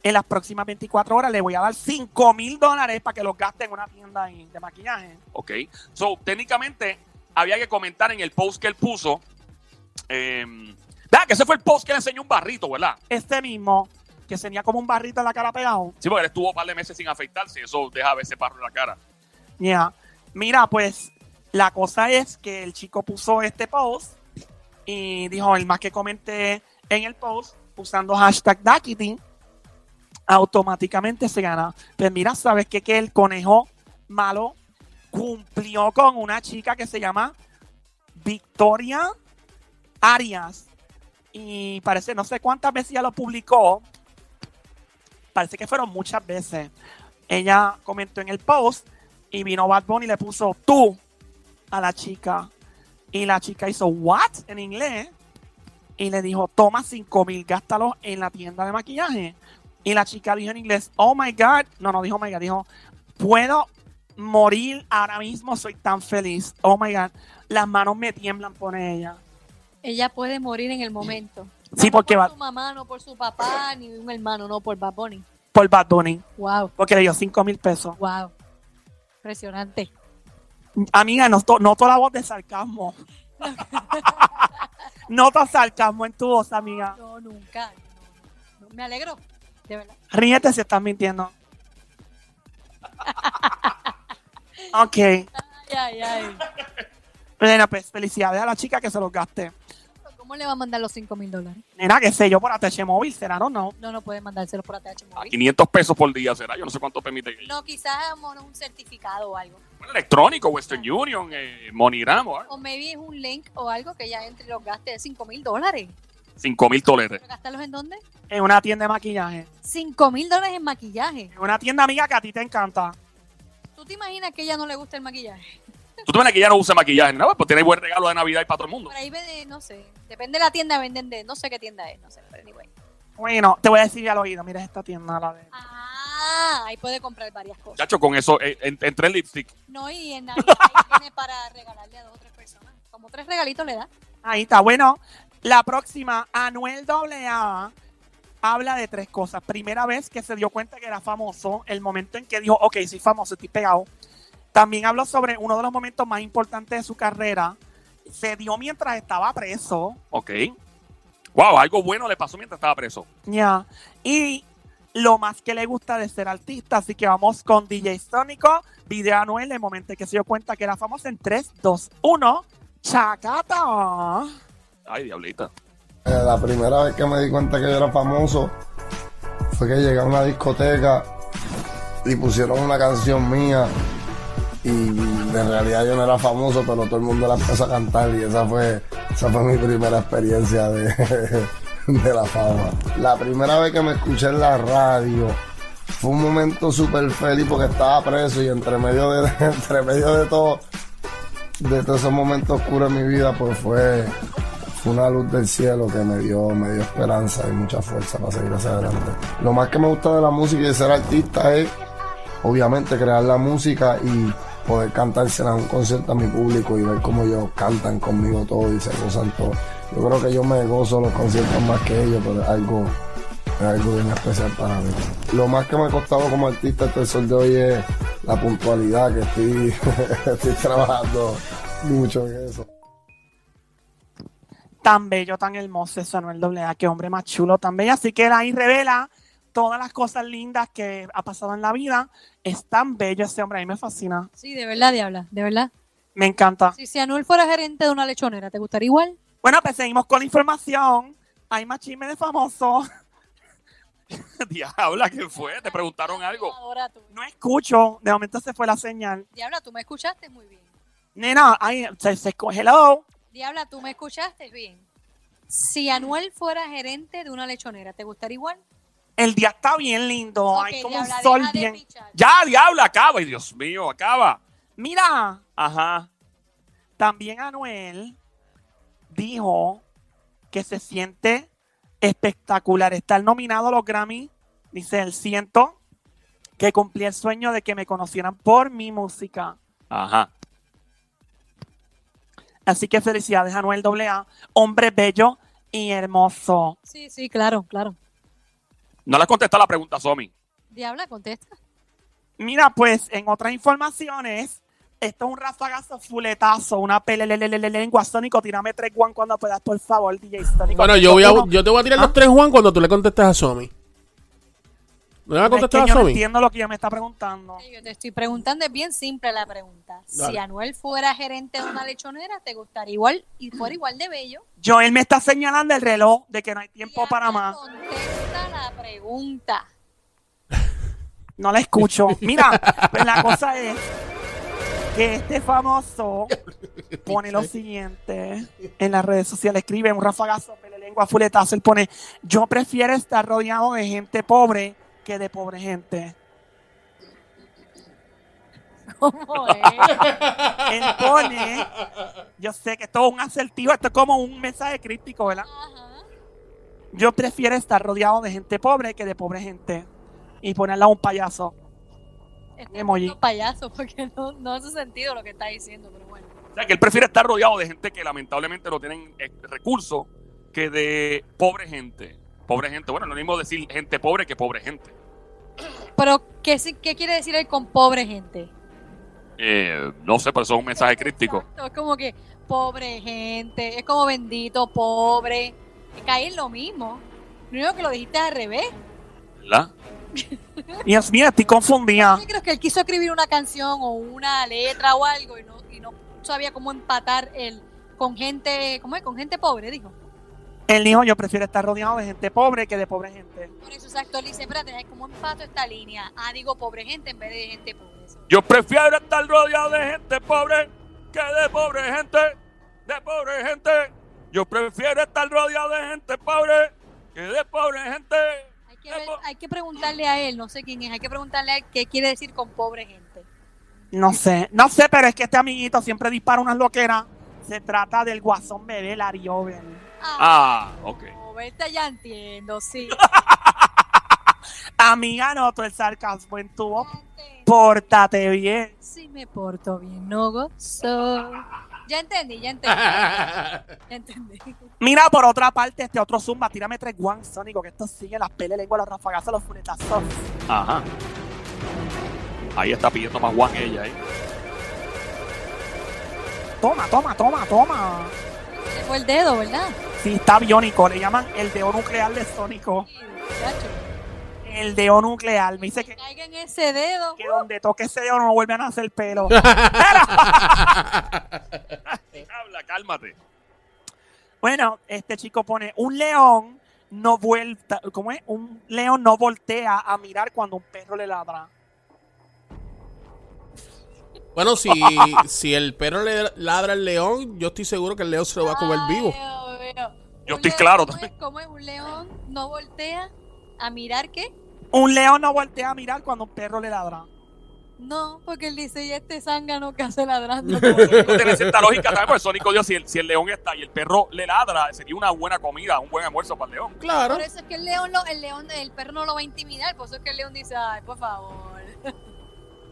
En las próximas 24 horas le voy a dar 5 mil dólares para que los gaste en una tienda ahí de maquillaje.
¿Ok? So, técnicamente, había que comentar en el post que él puso. Eh, vea que ese fue el post que le enseñó un barrito, ¿verdad?
Este mismo, que tenía como un barrito en la cara pegado.
Sí, porque él estuvo un par de meses sin afeitarse. Eso deja a veces barro en la cara.
Ya. Mira, pues la cosa es que el chico puso este post y dijo, el más que comenté en el post usando hashtag Daquiti, automáticamente se gana. Pues mira, ¿sabes qué? Que el conejo malo cumplió con una chica que se llama Victoria Arias. Y parece, no sé cuántas veces ya lo publicó. Parece que fueron muchas veces. Ella comentó en el post y vino Bad Bunny y le puso tú a la chica. Y la chica hizo what en inglés. Y le dijo, toma 5 mil, gástalos en la tienda de maquillaje. Y la chica dijo en inglés, oh my God. No, no dijo oh my God, dijo, puedo morir ahora mismo, soy tan feliz. Oh my God. Las manos me tiemblan, pone ella.
Ella puede morir en el momento.
Sí,
No
porque
por
va
su mamá, no por su papá, ni un hermano, no por Bad Bunny.
por Bad Bunny,
Wow,
porque le dio 5 mil pesos.
wow. Impresionante.
Amiga, noto, noto la voz de sarcasmo. noto sarcasmo en tu voz, amiga.
No, nunca. No, no. Me alegro, de verdad.
Ríete si estás mintiendo. ok.
Ay, ay, ay.
Bueno, pues felicidades a la chica que se los gaste.
¿Cómo le va a mandar los 5 mil dólares?
Nena, qué sé yo, por ATH Móvil, será o no.
No, no puede mandárselos por ATH
A
móvil.
500 pesos por día será. Yo no sé cuánto permite.
No, quizás bueno, un certificado o algo.
Bueno, electrónico, Western Union, eh, Moniramo,
O maybe es un link o algo que ya entre y los gaste de 5 mil dólares.
5 mil toletes.
¿Pero gastarlos en dónde?
En una tienda de maquillaje.
5 mil dólares en maquillaje.
En una tienda, amiga, que a ti te encanta.
¿Tú te imaginas que a ella no le gusta el maquillaje?
Tú te ves que ya no usa maquillaje, ¿no? Pues tiene buen regalo de Navidad y para todo el mundo.
Por ahí vende, no sé. Depende de la tienda, venden de. No sé qué tienda es, no sé. Pero anyway.
Bueno, te voy a decir al oído, mira esta tienda, la de...
Ah, ahí puede comprar varias cosas.
Chacho, con eso, eh, en- entre el lipstick.
No, y en Navidad ahí tiene para regalarle a dos o tres personas. Como tres regalitos le da.
Ahí está, bueno. La próxima, Anuel AA habla de tres cosas. Primera vez que se dio cuenta que era famoso, el momento en que dijo, ok, soy famoso, estoy pegado. También habló sobre uno de los momentos más importantes de su carrera. Se dio mientras estaba preso.
Ok. Wow, algo bueno le pasó mientras estaba preso.
Ya. Y lo más que le gusta de ser artista. Así que vamos con DJ Sónico, video Anuel, el momento en que se dio cuenta que era famoso en 3, 2, 1. Chacata.
Ay, diablita.
Eh, La primera vez que me di cuenta que yo era famoso fue que llegué a una discoteca y pusieron una canción mía y en realidad yo no era famoso, pero todo el mundo la empezó a cantar y esa fue, esa fue mi primera experiencia de, de la fama. La primera vez que me escuché en la radio fue un momento súper feliz porque estaba preso y entre medio de, entre medio de todo, de todos esos momentos oscuros en mi vida, pues fue, fue una luz del cielo que me dio, me dio esperanza y mucha fuerza para seguir hacia adelante. Lo más que me gusta de la música y de ser artista es, obviamente, crear la música y poder cantársela a un concierto a mi público y ver cómo ellos cantan conmigo todo y se gozan todo. Yo creo que yo me gozo los conciertos más que ellos, pero es algo, es algo bien especial para mí. Lo más que me ha costado como artista hasta el sol de hoy es la puntualidad, que estoy, estoy trabajando mucho en eso.
Tan bello, tan hermoso, eso no es doble A, qué hombre más chulo, tan bello. Así que él ahí revela todas las cosas lindas que ha pasado en la vida. Es tan bello ese hombre, a mí me fascina,
Sí, de verdad, diabla, de verdad.
me encanta.
Si, si Anuel fuera gerente de una lechonera, ¿te gustaría igual?
Bueno, pues seguimos con la información. Hay más chisme de famosos.
Diabla, ¿qué fue? Te preguntaron algo.
Ahora tú.
No escucho, de momento se fue la señal.
Diabla, tú me escuchaste muy bien.
Nena, ay, se, se hello.
Diabla, tú me escuchaste bien. Si Anuel fuera gerente de una lechonera, ¿te gustaría igual?
El día está bien lindo,
Ok,
hay como un
Diabla,
sol
deja de
bien.
pichar.
Ya, diabla, acaba. Ay, Dios mío, acaba.
Mira,
Ajá.
también Anuel dijo que se siente espectacular estar nominado a los Grammy. Dice, él siento que cumplí el sueño de que me conocieran por mi música.
Ajá.
Así que felicidades, Anuel AA, hombre bello y hermoso.
Sí, sí, claro, claro.
No le contesta la pregunta, Somi.
Diabla, contesta.
Mira, pues en otras informaciones, esto es un rafagazo fuletazo, una pelelelelele lengua. Sónico, tírame tres guan cuando puedas, por favor, DJ Sónico.
Bueno, yo, voy a,
Uno,
yo te voy a tirar
Ah.
los tres, Juan, cuando tú le contestes a Somi. ¿No le vas a
es que
contestar
yo
a
no
Somi?
entiendo lo que ella me está preguntando.
Yo te estoy preguntando, es bien simple la pregunta. Si
Dale.
Anuel fuera gerente de una lechonera, ¿te gustaría igual y fuera igual de bello?
Joel me está señalando el reloj de que no hay tiempo
Diabla,
para más.
Contesta la pregunta.
No la escucho. Mira, pues la cosa es que este famoso pone lo siguiente en las redes sociales. Escribe un rafagazo, lengua fuletazo. Él pone, yo prefiero estar rodeado de gente pobre que de pobre gente.
¿Cómo es?
Él pone, yo sé que esto es un acertijo, esto es como un mensaje crítico, ¿verdad?
Ajá.
Yo prefiero estar rodeado de gente pobre que de pobre gente. Y ponerla a un payaso.
Este
Emoji.
es un payaso, porque no, no hace sentido lo que está diciendo, pero bueno.
O sea, que él prefiere estar rodeado de gente que lamentablemente no tienen eh, recursos que de pobre gente. Pobre gente. Bueno, no es lo mismo decir gente pobre que pobre gente.
Pero, ¿qué, si- qué quiere decir él con pobre gente?
Eh, no sé, pero eso es un mensaje crítico.
Exacto, es como que pobre gente, es como bendito, pobre. Cae en lo mismo. Lo único que lo dijiste al revés.
¿Verdad?
Dios mío, estoy confundida.
Yo creo que él quiso escribir una canción o una letra o algo y no, y no sabía cómo empatar él con gente, ¿cómo es? Con gente pobre, dijo.
Él dijo, yo prefiero estar rodeado de gente pobre que de pobre gente.
Por eso, exacto, él dice, espérate, ¿cómo empato esta línea? Ah, digo pobre gente en vez de gente pobre. Eso.
Yo prefiero estar rodeado de gente pobre que de pobre gente. De pobre gente. Yo prefiero estar rodeado de gente pobre que de pobre gente.
Hay que, ver- hay que preguntarle a él, no sé quién es, hay que preguntarle a él qué quiere decir con pobre gente.
No sé, no sé, pero es que este amiguito siempre dispara unas loqueras. Se trata del guasón bebé Larioben.
Ah, ok.
Roberta, ya entiendo, sí.
Amiga, noto el sarcasmo en tu voz.
Ya entiendo.
Pórtate bien.
Si me porto bien, no gozo. Ya entendí, ya entendí. Ya entendí.
Mira, por otra parte, este otro Zumba, tírame tres guan, Sónico, que esto sigue las pele lengua, los rafagazos, los funetazos.
Ajá. Ahí está pidiendo más Juan ella, ¿eh?
Toma, toma, toma, toma.
Se fue el dedo, ¿verdad?
Sí, está biónico, le llaman el deo nuclear de Sónico.
Sí, muchacho.
El deo nuclear. Me dice que,
caiga en ese dedo.
que donde toque ese deo no vuelve a nacer pelo.
Habla, cálmate.
Bueno, este chico pone un león no vuelta, ¿cómo es? Un león no voltea a mirar cuando un perro le ladra.
Bueno, si, si el perro le ladra al león, yo estoy seguro que el león se lo va a comer
Ay,
vivo.
Dios mío.
Yo
Un
estoy
león,
claro
¿cómo es?
también.
¿Cómo es? un león no voltea a mirar qué?
Un león no voltea a mirar cuando un perro le ladra.
No, porque él dice, y este zángano que hace ladrando.
Sónico tiene cierta lógica también, porque Sónico Dios, si el, si el león está y el perro le ladra, sería una buena comida, un buen almuerzo para el león.
Claro.
Por eso es que el león, lo- el león, el perro no lo va a intimidar, por eso es que el león dice, ay, por favor.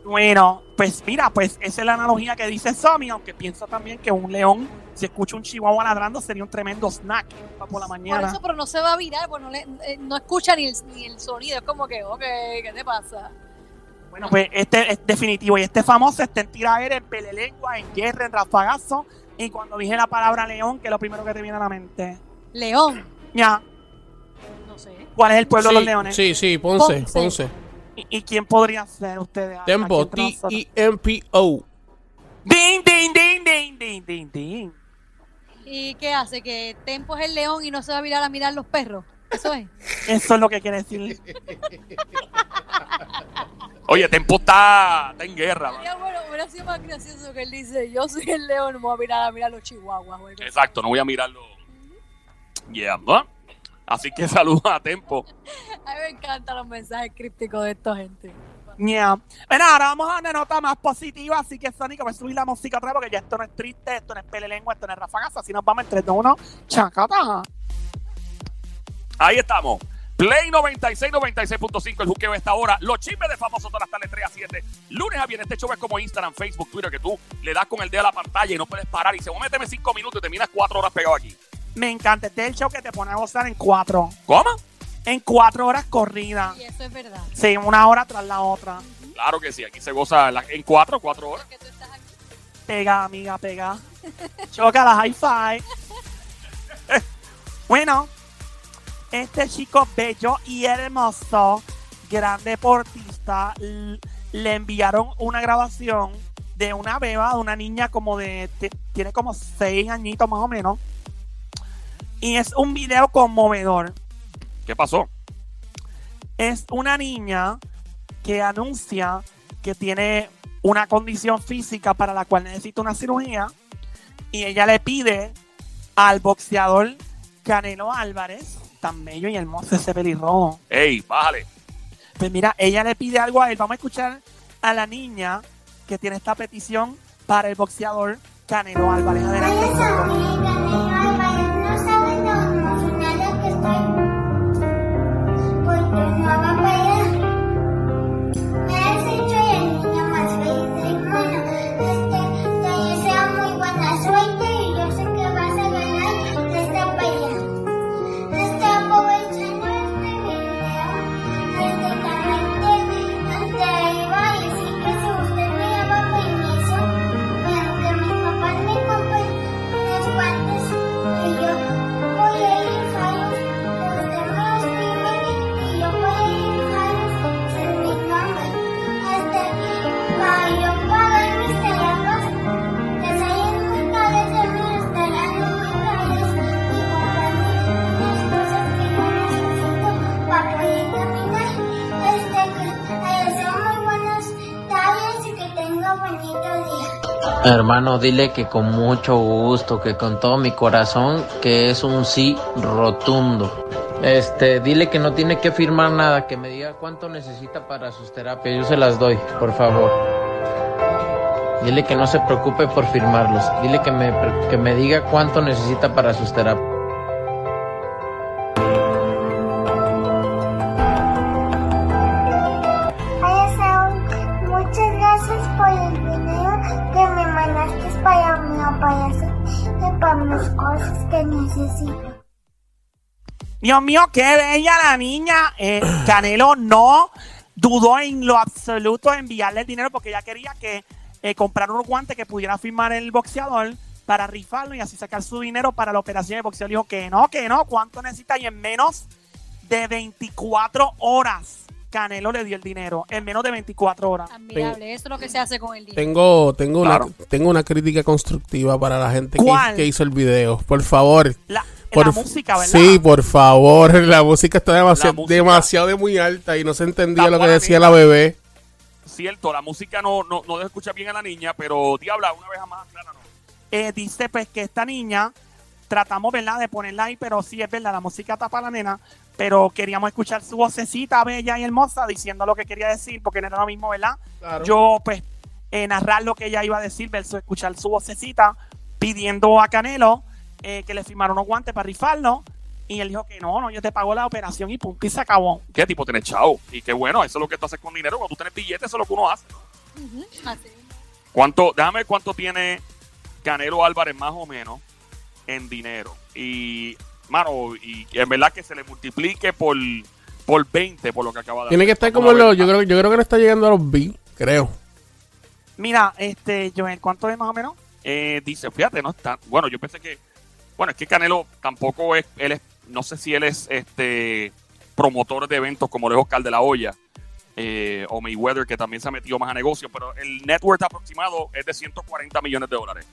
Bueno, pues mira, pues esa es la analogía que dice Sammy, aunque pienso también que un león, si escucha un chihuahua ladrando, sería un tremendo snack pa- por la
Por
mañana.
eso, pero no se va a virar, pues no, le- eh, no escucha ni el, ni el sonido, es como que, ok, ¿qué te pasa?
Bueno, pues este es definitivo. Y este famoso está en tiraera, en pelelengua, en guerra, en rafagazo, Y cuando dije la palabra león, que es lo primero que te viene a la mente.
León.
Ya,
No sé.
¿cuál es el pueblo
sí,
de los leones?
Sí, sí, Ponce,
Ponce.
Ponce.
¿Y, y quién podría ser ustedes?
Tempo, E
Aquí entre nosotros.
T-E-M-P-O.
Ding, ding, ding, ding, ding, ding, ding.
¿Y qué hace? ¿Que Tempo es el león y no se va a virar a mirar los perros? Eso es.
Eso es lo que quiere decir.
Oye, Tempo está, está en guerra. ¿vale?
Sería bueno, hubiera sido más gracioso que él dice, yo soy el león, no me voy a mirar a mirar los chihuahuas. o algo así.
Exacto, no voy a mirarlo. Yeah, ¿no? Así que saludos a Tempo.
A mí me encantan los mensajes crípticos de esta gente.
Yeah. Bueno, ahora vamos a una nota más positiva, así que Sónico, voy a subir la música otra vez porque ya esto no es triste, esto no es pele lengua, esto no es rafagas, así nos vamos en 3, 2, 1, chacata.
Ahí estamos. Play 96, 96.5, el juqueo de esta hora. Los chismes de famosos todas las tardes 3 a 7. Lunes a viernes, este show es como Instagram, Facebook, Twitter, que tú le das con el dedo a la pantalla y no puedes parar. Y se va a meterme 5 minutos y terminas 4 horas pegado aquí.
Me encanta, este es el show que te pone a gozar en 4,
¿Cómo?
en 4 horas corridas.
Y eso es verdad.
Sí, una hora tras la otra.
Claro que sí, aquí se goza la- en 4, 4 horas.
Porque tú estás aquí.
Pega, amiga, pega. Choca la high five. bueno, este chico bello y hermoso, gran deportista, l- le enviaron una grabación de una beba, de una niña como de. te- tiene como seis añitos más o menos. Y es un video conmovedor.
¿Qué pasó?
Es una niña que anuncia que tiene una condición física para la cual necesita una cirugía y ella le pide al boxeador Canelo Álvarez, tan bello y hermoso ese pelirrojo.
Ey, bájale.
Pues mira, ella le pide algo a él. Vamos a escuchar a la niña que tiene esta petición para el boxeador Canelo Álvarez. Adelante.
No saben lo emocionada que estoy porque no va a parar. Me has hecho el niño más feliz del mundo. Este, te deseo muy buena suerte y yo sé que vas a ganar desde allá. Desde aprovechando este video, desde que ante arriba y así que si usted me llama permiso, pero que mi papá me compre unos guantes y yo voy a ir jalos, usted me los pide y yo voy a ir jalos en mi nombre. Este, para yo pagar mis teléfonos. Desayunos muy caros de mi restaurante muy caros y comprando las cosas que yo necesito para poder caminar. Este que te deseo muy buenos tardes y que tenga bonito día.
Hermano, dile que con mucho gusto, que con todo mi corazón, que es un sí rotundo. Este, dile que no tiene que firmar nada, que me diga cuánto necesita para sus terapias. Yo se las doy, por favor. Dile que no se preocupe por firmarlos. Dile que me, que me diga cuánto necesita para sus terapias.
Hola Saúl, muchas gracias por el video que me mandaste para mi operación y para mis cosas que necesito.
Dios mío, qué bella la niña. Eh, Canelo no dudó en lo absoluto en enviarle el dinero porque ella quería que eh, comprar un guante que pudiera firmar el boxeador para rifarlo y así sacar su dinero para la operación. El boxeador dijo que no, que no, cuánto necesita y en menos de 24 horas Canelo le dio el dinero, en menos de 24 horas.
Admirable, eso es lo que se hace con el dinero.
Tengo, tengo,
Claro.
una, tengo una crítica constructiva para la gente que,
¿Cuál?
que hizo el video. Por favor.
La,
Por
la
f-
música, ¿verdad?
Sí, por favor. La música está demasiado,
La música.
demasiado de muy alta y no se entendía
La
lo que
buena
decía
niña.
la bebé.
Cierto, la música no, no, no deja escuchar bien a la niña, pero diabla, una vez más, claro, no.
eh, dice pues que esta niña tratamos verdad de ponerla ahí pero sí es verdad la música tapa a la nena pero queríamos escuchar su vocecita bella y hermosa diciendo lo que quería decir porque no era lo mismo verdad yo pues eh, narrar lo que ella iba a decir versus escuchar su vocecita pidiendo a Canelo eh, que le firmara unos guantes para rifarlo y él dijo que no no yo te pago la operación y punto y se acabó
¿Qué tipo tienes chao? Y qué bueno, eso es lo que tú haces con dinero. Cuando tú tienes billetes, eso es lo que uno hace.
Ujú, así mismo.
¿Cuánto, déjame ver cuánto tiene Canelo Álvarez más o menos en dinero. Y, mano, y en verdad que se le multiplique por, por 20 por lo que acaba de
Tiene
hacer.
que estar como
Vamos a ver.
los. Yo creo, yo creo que no está llegando a los B, creo.
mira este Joel cuánto es más o menos
eh, dice, fíjate, no está. Bueno, yo pensé que. Bueno, es que Canelo tampoco es. Él es no sé si él es este promotor de eventos como lo es Oscar de la Hoya eh, o Mayweather, que también se ha metido más a negocios, pero el network aproximado es de 140 millones de dólares.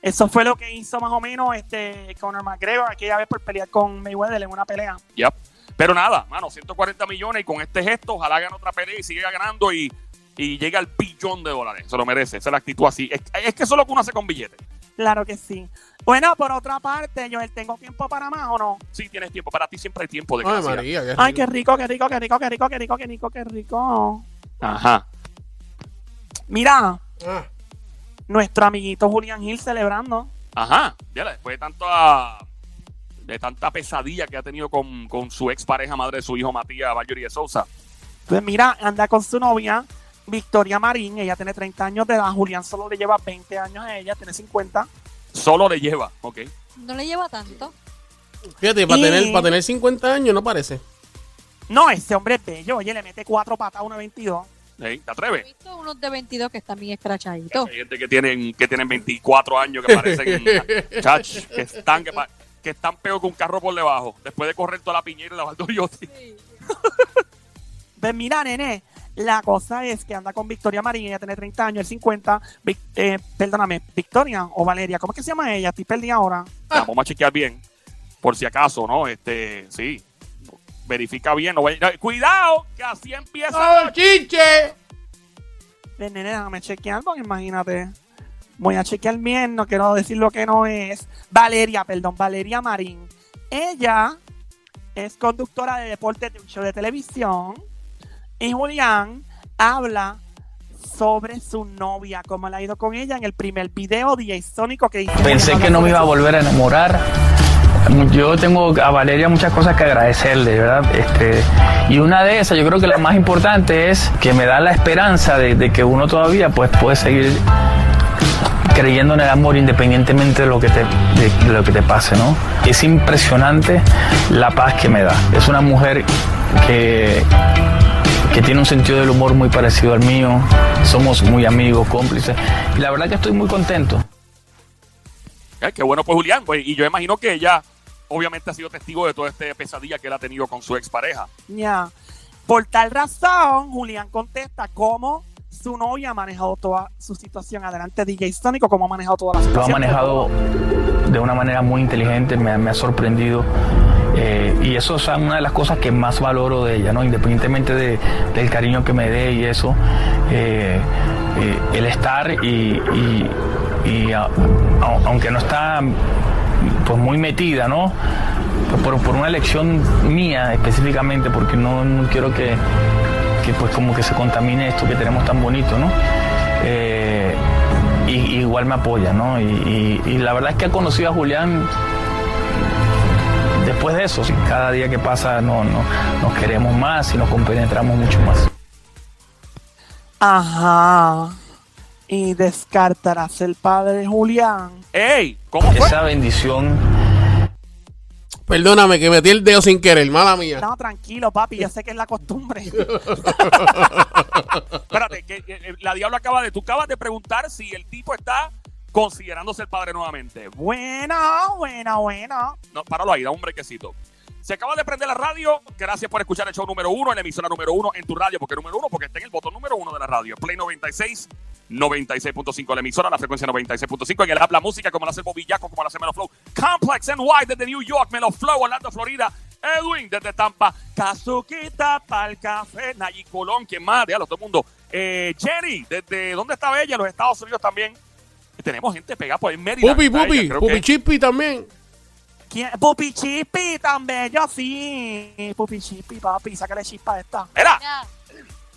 Eso fue lo que hizo más o menos este Conor McGregor aquella vez por pelear con Mayweather en una pelea.
Yep. Pero nada, mano, 140 millones y con este gesto, ojalá gane otra pelea y siga ganando y, y llegue al billón de dólares. Se lo merece. Esa es la actitud así. Es, es que eso es lo que uno hace con billetes.
Claro que sí. Bueno, por otra parte, yo ¿tengo tiempo para más o no?
Sí, tienes tiempo. Para ti siempre hay tiempo de
Ay, María, qué
Ay,
rico.
qué rico, qué rico, qué rico, qué rico, qué rico, qué rico, qué rico.
Ajá.
Mira,
Ah,
nuestro amiguito Julián Gil celebrando.
Ajá. Ya, después de tanta, de tanta pesadilla que ha tenido con, con su expareja, madre de su hijo Matías Valerie de Sousa.
Pues mira, anda con su novia, Victoria Marín. Ella tiene 30 años de edad. Julián solo le lleva 20 años a ella, tiene 50.
Solo le lleva, ok.
No le lleva tanto.
Fíjate, para,
Y-
tener, para tener 50 años no parece.
No, ese hombre es bello. Oye, le mete cuatro patas a una 22.
Ey, ¿Te
He
atreves?
visto unos de 22 que están bien escrachaditos.
Hay gente que tienen, que tienen 24 años que parecen chach, que están, que, pa- que están peor que un carro por debajo. Después de correr toda la piñera y la balduriotti.
Pues mira, nene, la cosa es que anda con Victoria Marín, ella tiene 30 años, él 50. Vic- eh, perdóname, Victoria o Valeria, ¿cómo es que se llama ella? Estoy perdida ahora.
La vamos a chequear bien, por si acaso, ¿no? Este, sí. Verifica bien. No vaya- no, cuidado, que así empieza.
¡Oh, chiche!
Pues, nene, déjame chequear, porque imagínate. Voy a chequear bien, no quiero decir lo que no es. Valeria, perdón, Valeria Marín. Ella es conductora de deportes de un show de televisión. Y Julián habla sobre su novia, cómo le ha ido con ella en el primer video DJ Sónico que hizo.
Pensé que no me iba a volver a enamorar. Yo tengo a Valeria muchas cosas que agradecerle, ¿verdad? Este, y una de esas, yo creo que la más importante es que me da la esperanza de, de que uno todavía pues, puede seguir creyendo en el amor independientemente de lo, que te, de- de lo que te pase, ¿no? Es impresionante la paz que me da. Es una mujer que, que tiene un sentido del humor muy parecido al mío. Somos muy amigos, cómplices. Y la verdad que estoy muy contento.
Eh, qué bueno, pues Julián. pues, y yo imagino que ella, obviamente, ha sido testigo de toda esta pesadilla que él ha tenido con su expareja.
Ya. Por tal razón, Julián contesta cómo su novia ha manejado toda su situación. Adelante, DJ Sónico, cómo ha manejado toda la
lo ha
situación.
manejado de una manera muy inteligente, me, ha- me ha sorprendido. eh, y eso es una de las cosas que más valoro de ella, ¿no? Independientemente de- del cariño que me dé y eso, eh, eh, el estar y, y- y a- au- aunque no está pues muy metida, ¿no? Por, por una elección mía específicamente, porque no, no quiero que, que pues como que se contamine esto que tenemos tan bonito, ¿no? Eh, y, y igual me apoya, ¿no? Y, y- y la verdad es que ha conocido a Julián después de eso. Cada día que pasa no, no, nos queremos más y nos compenetramos mucho más.
Ajá. Y descartarás el padre de Julián.
¡Ey! ¿Cómo fue?
Esa bendición
Perdóname que metí el dedo sin querer, mala mía.
No, tranquilo, papi, yo sé que es la costumbre.
Espérate, que eh, la diablo acaba de. Tú acabas de preguntar si el tipo está considerándose el padre nuevamente.
bueno, bueno, bueno.
No, páralo ahí, da un brequecito. Se acaba de prender la radio. Gracias por escuchar el show número uno, en la emisora número uno, en tu radio, porque número uno, porque está en el botón número uno de la radio. Play 96, 96.5 la emisora, la frecuencia 96.5 en el app La Música, como la hace Bobby Jaco, como la hace Melo Flow. Complex NY desde New York, Melo Flow, Orlando, Florida. Edwin desde Tampa, Kazuquita pa'l café, Nayi Colón, quien más, déjalo todo el mundo. Eh, Jenny, desde ¿dónde está Bella? Los Estados Unidos también. Tenemos gente pegada por ahí en Mérida.
Pupi,
Está ella,
pupi,
creo
pupi
que-
chispi también.
¿Quién? Pupi Chipi, tan bello, sí. Pupi Chipi, papi, sácale chispa a esta.
Mira,
Ya,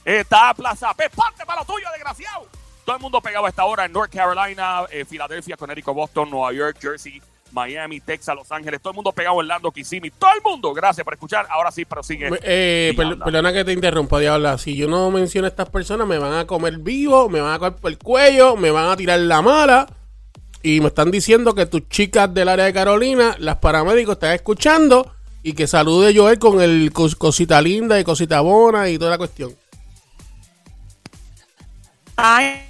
Está Plaza P. Parte para lo tuyo, desgraciado. Todo el mundo pegado a esta hora en North Carolina, eh, Filadelfia, Connecticut, Boston, Nueva York, Jersey, Miami, Texas, Los Ángeles. Todo el mundo pegado a Orlando, Kissimmee. Todo el mundo. Gracias por escuchar. Ahora sí, pero sigue.
Me- eh,
Sí,
per-
habla.
perdona que te interrumpa, Diabla. Si yo no menciono a estas personas, me van a comer vivo, me van a coger por el cuello, me van a tirar la mala. Y me están diciendo que tus chicas del área de Carolina, las paramédicos, están escuchando. Y que salude Joel con el cos- cosita linda y cosita bona y toda la cuestión.
Ay,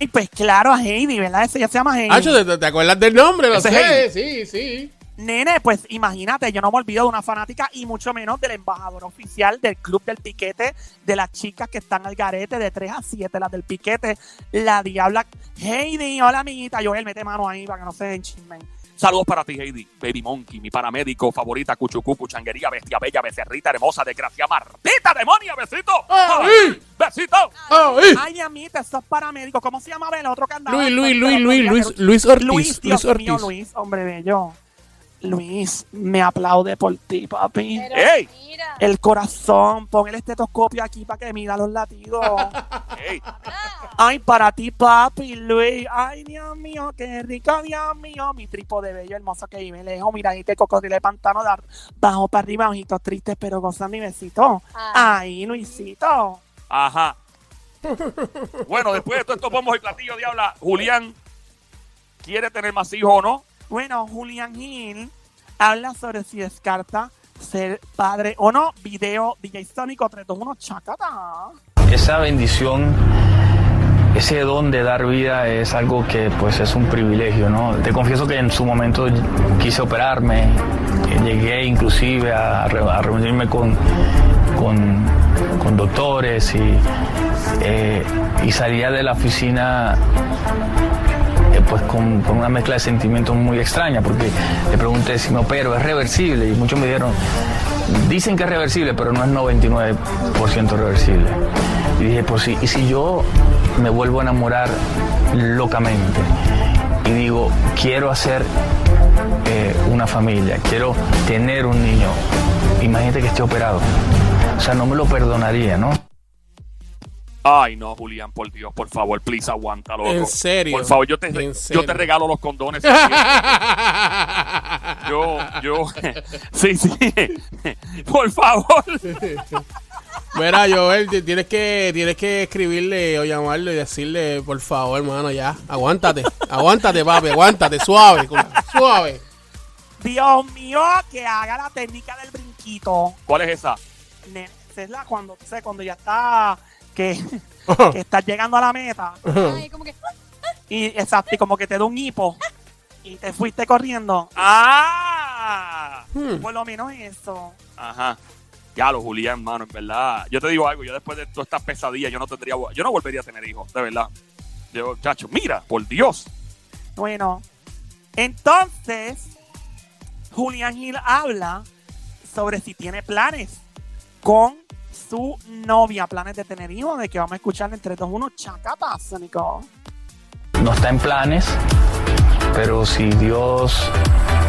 Y pues claro, a Heidi, ¿verdad? Ese- Ella se llama Heidi.
Hacho, ¿te, te acuerdas del nombre? Lo
Ese
sé, sí, sí.
Nene, pues imagínate, yo no me olvido de una fanática y mucho menos del embajador oficial del club del piquete, de las chicas que están al garete, de 3 a 7, las del piquete, la diabla Heidi, hola amiguita, Joel, mete mano ahí para que no se den chismen.
Saludos para ti, Heidi. Baby Monkey, mi paramédico favorita, Cuchucucu, Changuería, Bestia Bella, Becerrita Hermosa, Desgracia Martita, Demonia, besito.
¡Ay!
¡Besito!
Ay,
Ay, amita, esos paramédicos, ¿cómo se llamaba el otro cantante?
Luis, Luis, Luis, Luis, Luis, Luis Ortiz.
Luis,
Luis
Dios
Ortiz.
mío, Luis, hombre bello. Luis, me aplaude por ti, papi.
Pero
¡Ey!
mira,
El corazón, pon el estetoscopio aquí para que mida los latidos.
Ey,
ah,
Ay, para ti, papi, Luis. Ay, Dios mío, qué rico, Dios mío. Mi tripo de bello hermoso que vive lejos. Miradita de cocodrilo de pantano, dar bajo para arriba, ojitos tristes, pero gozan mi besito.
ah.
Ay, Luisito.
Ajá. Bueno, después de todos estos bombos y platillos, diabla, Julián quiere tener más hijos o no.
Bueno, Julián Gil habla sobre si descarta ser padre o no. Video DJ Sónico 321 Chacata.
Esa bendición, ese don de dar vida es algo que pues es un privilegio, ¿no? Te confieso que en su momento quise operarme, eh, llegué inclusive a, re- a reunirme con, con, con doctores y, eh, y salía de la oficina eh, pues con, con una mezcla de sentimientos muy extraña, porque le pregunté si me opero, es reversible, y muchos me dijeron, dicen que es reversible, pero no es 99% reversible. Y dije, pues sí, ¿y si yo me vuelvo a enamorar locamente? Y digo, quiero hacer eh, una familia, quiero tener un niño. Imagínate que esté operado. O sea, no me lo perdonaría, ¿no?
Ay, no, Julián, por Dios, por favor, please aguanta, loco.
¿En serio?
Por favor, yo te,
¿En
yo
serio?
te regalo los condones.
Ay.
yo, yo. sí, sí. por favor.
Mira, Joel, ti- tienes que, tienes que escribirle o llamarle y decirle, por favor, hermano, ya, aguántate, aguántate, papi, aguántate, suave, cuna, suave.
Dios mío, que haga la técnica del brinquito.
¿Cuál es esa?
Nene, esa es la cuando, tú sabes, cuando ya está, que, que estás llegando a la meta.
Hmm.
Ay, como que,
Y exacto, y como que te da un hipo. Y te fuiste corriendo.
¡Ah!
Hmm.
Por lo menos eso.
Ajá. Ya lo, Julián, mano, en verdad. Yo te digo algo, yo después de todas estas pesadillas, yo no tendría, yo no volvería a tener hijos, de verdad. Yo, chacho, mira, por Dios.
Bueno, entonces, Julián Gil habla sobre si tiene planes con su novia, planes de tener hijos, de que vamos a escuchar entre 2, 1, chacata, Sónico.
no está en planes, pero si Dios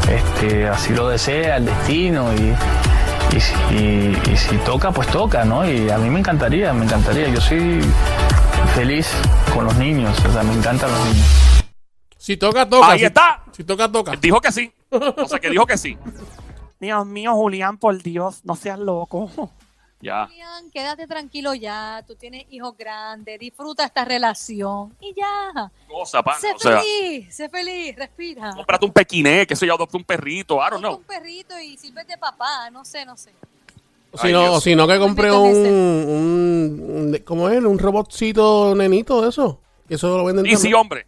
este, así lo desea, el destino y, y si, y- y si toca, pues toca, ¿no? Y a mí me encantaría, me encantaría. Yo soy feliz con los niños, o sea, me encantan los niños.
Si toca, toca.
Ahí
si,
está.
Si toca, toca.
Dijo que sí. O sea, que dijo que sí.
Dios mío, Julián, por Dios, no seas loco.
Ya.
Julián, quédate tranquilo ya, tú tienes hijos grandes, disfruta esta relación y ya.
Cosa, pana.
sé
O sea,
feliz, sé feliz, respira.
cómprate un pequiné, que eso ya adopta un perrito, I don't
Ponte
know.
un perrito y sírvete de papá, no sé, no sé.
Si
Ay,
no,
Dios.
si no que compré un,
Permítame
un, un- ¿cómo es? Un robotcito nenito de eso. Que eso lo venden
Y sí,
también.
hombre.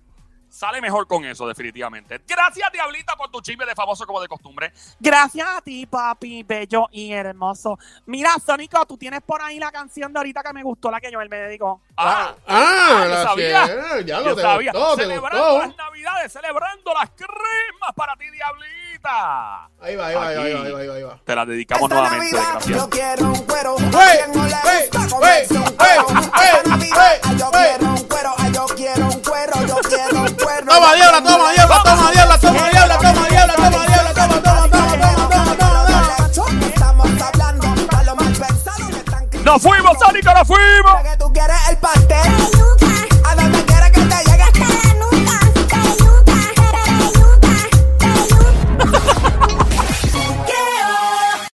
Sale mejor con eso, definitivamente. Gracias, Diablita, por tu chisme de famoso como de costumbre.
Gracias a ti, papi, bello y hermoso. Mira, Sónico, tú tienes por ahí la canción de ahorita que me gustó, la que yo me dedicó.
Ah,
Ah,
yo
la
sabía.
fiera, ya lo
yo
te
sabía.
gustó, te
celebrando
gustó.
las navidades, celebrando las cremas para ti, Diablita.
Ahí va, ahí va, ahí va,
Aquí.
ahí va, ahí va, ahí va, ahí va.
Te las dedicamos
Esta
nuevamente,
Navidad
desgraciado.
Yo quiero un cuero.
Wey,
¿A quién no le
wey,
gusta
wey,
comerse un
wey,
cuero? Esta
wey,
Navidad,
wey,
yo
wey.
quiero un cuero, ay, yo quiero un cuero, yo quiero un cuero.
Toma
Yo
diabla,
quiero un
toma
cuero.
diabla, toma diabla, toma diabla, toma diabla, toma diabla, toma, toma, toma, toma, toma, toma, toma.
Estamos hablando a lo mal pensado, me están
¡Nos fuimos, Sónico, nos fuimos!
que tú quieres el pastel. ¿A dónde